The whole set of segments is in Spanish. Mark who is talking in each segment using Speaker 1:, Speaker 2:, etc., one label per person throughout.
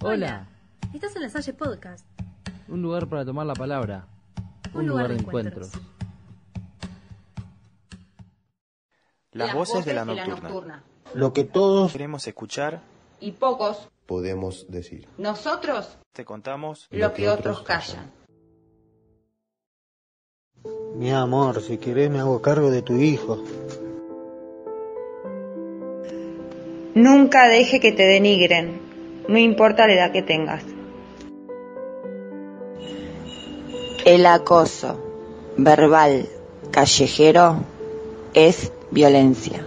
Speaker 1: Hola.
Speaker 2: Estás en la Salle Podcast,
Speaker 1: Un lugar para tomar la palabra.
Speaker 2: un, lugar, de encuentros.
Speaker 3: Las, voces, de la nocturna.
Speaker 4: Lo que todos
Speaker 3: Queremos escuchar,
Speaker 5: Y pocos,
Speaker 4: podemos decir.
Speaker 5: nosotros,
Speaker 3: te contamos.
Speaker 5: lo que otros callan.
Speaker 4: Mi amor, si querés me hago cargo de tu hijo.
Speaker 6: Nunca deje que te denigren, no importa la edad que tengas.
Speaker 7: El acoso verbal callejero es violencia.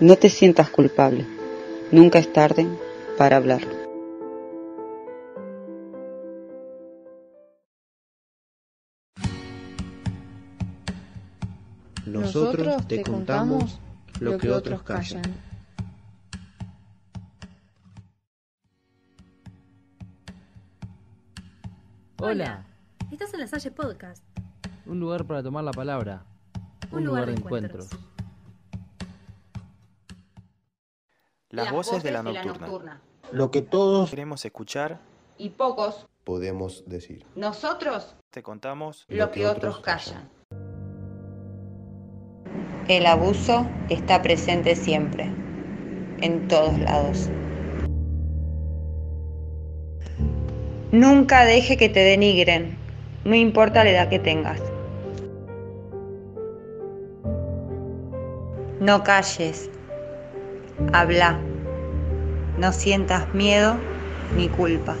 Speaker 6: No te sientas culpable, nunca es tarde para hablar.
Speaker 4: Nosotros te contamos lo que otros callan.
Speaker 1: Hola.
Speaker 2: Estás en la Salle Podcast,
Speaker 1: Un lugar para tomar la palabra.
Speaker 2: un, lugar, de encuentros.
Speaker 3: Las, voces, de la nocturna.
Speaker 4: Lo que todos
Speaker 3: Queremos escuchar,
Speaker 5: Y pocos,
Speaker 4: podemos decir.
Speaker 5: nosotros,
Speaker 3: te contamos.
Speaker 5: lo, que, otros callan.
Speaker 6: El abuso está presente siempre, en todos lados. Nunca deje que te denigren, no importa la edad que tengas. No calles, habla, no sientas miedo ni culpa.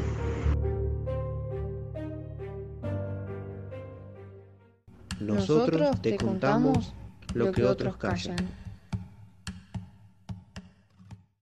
Speaker 4: Nosotros te contamos lo que otros callan.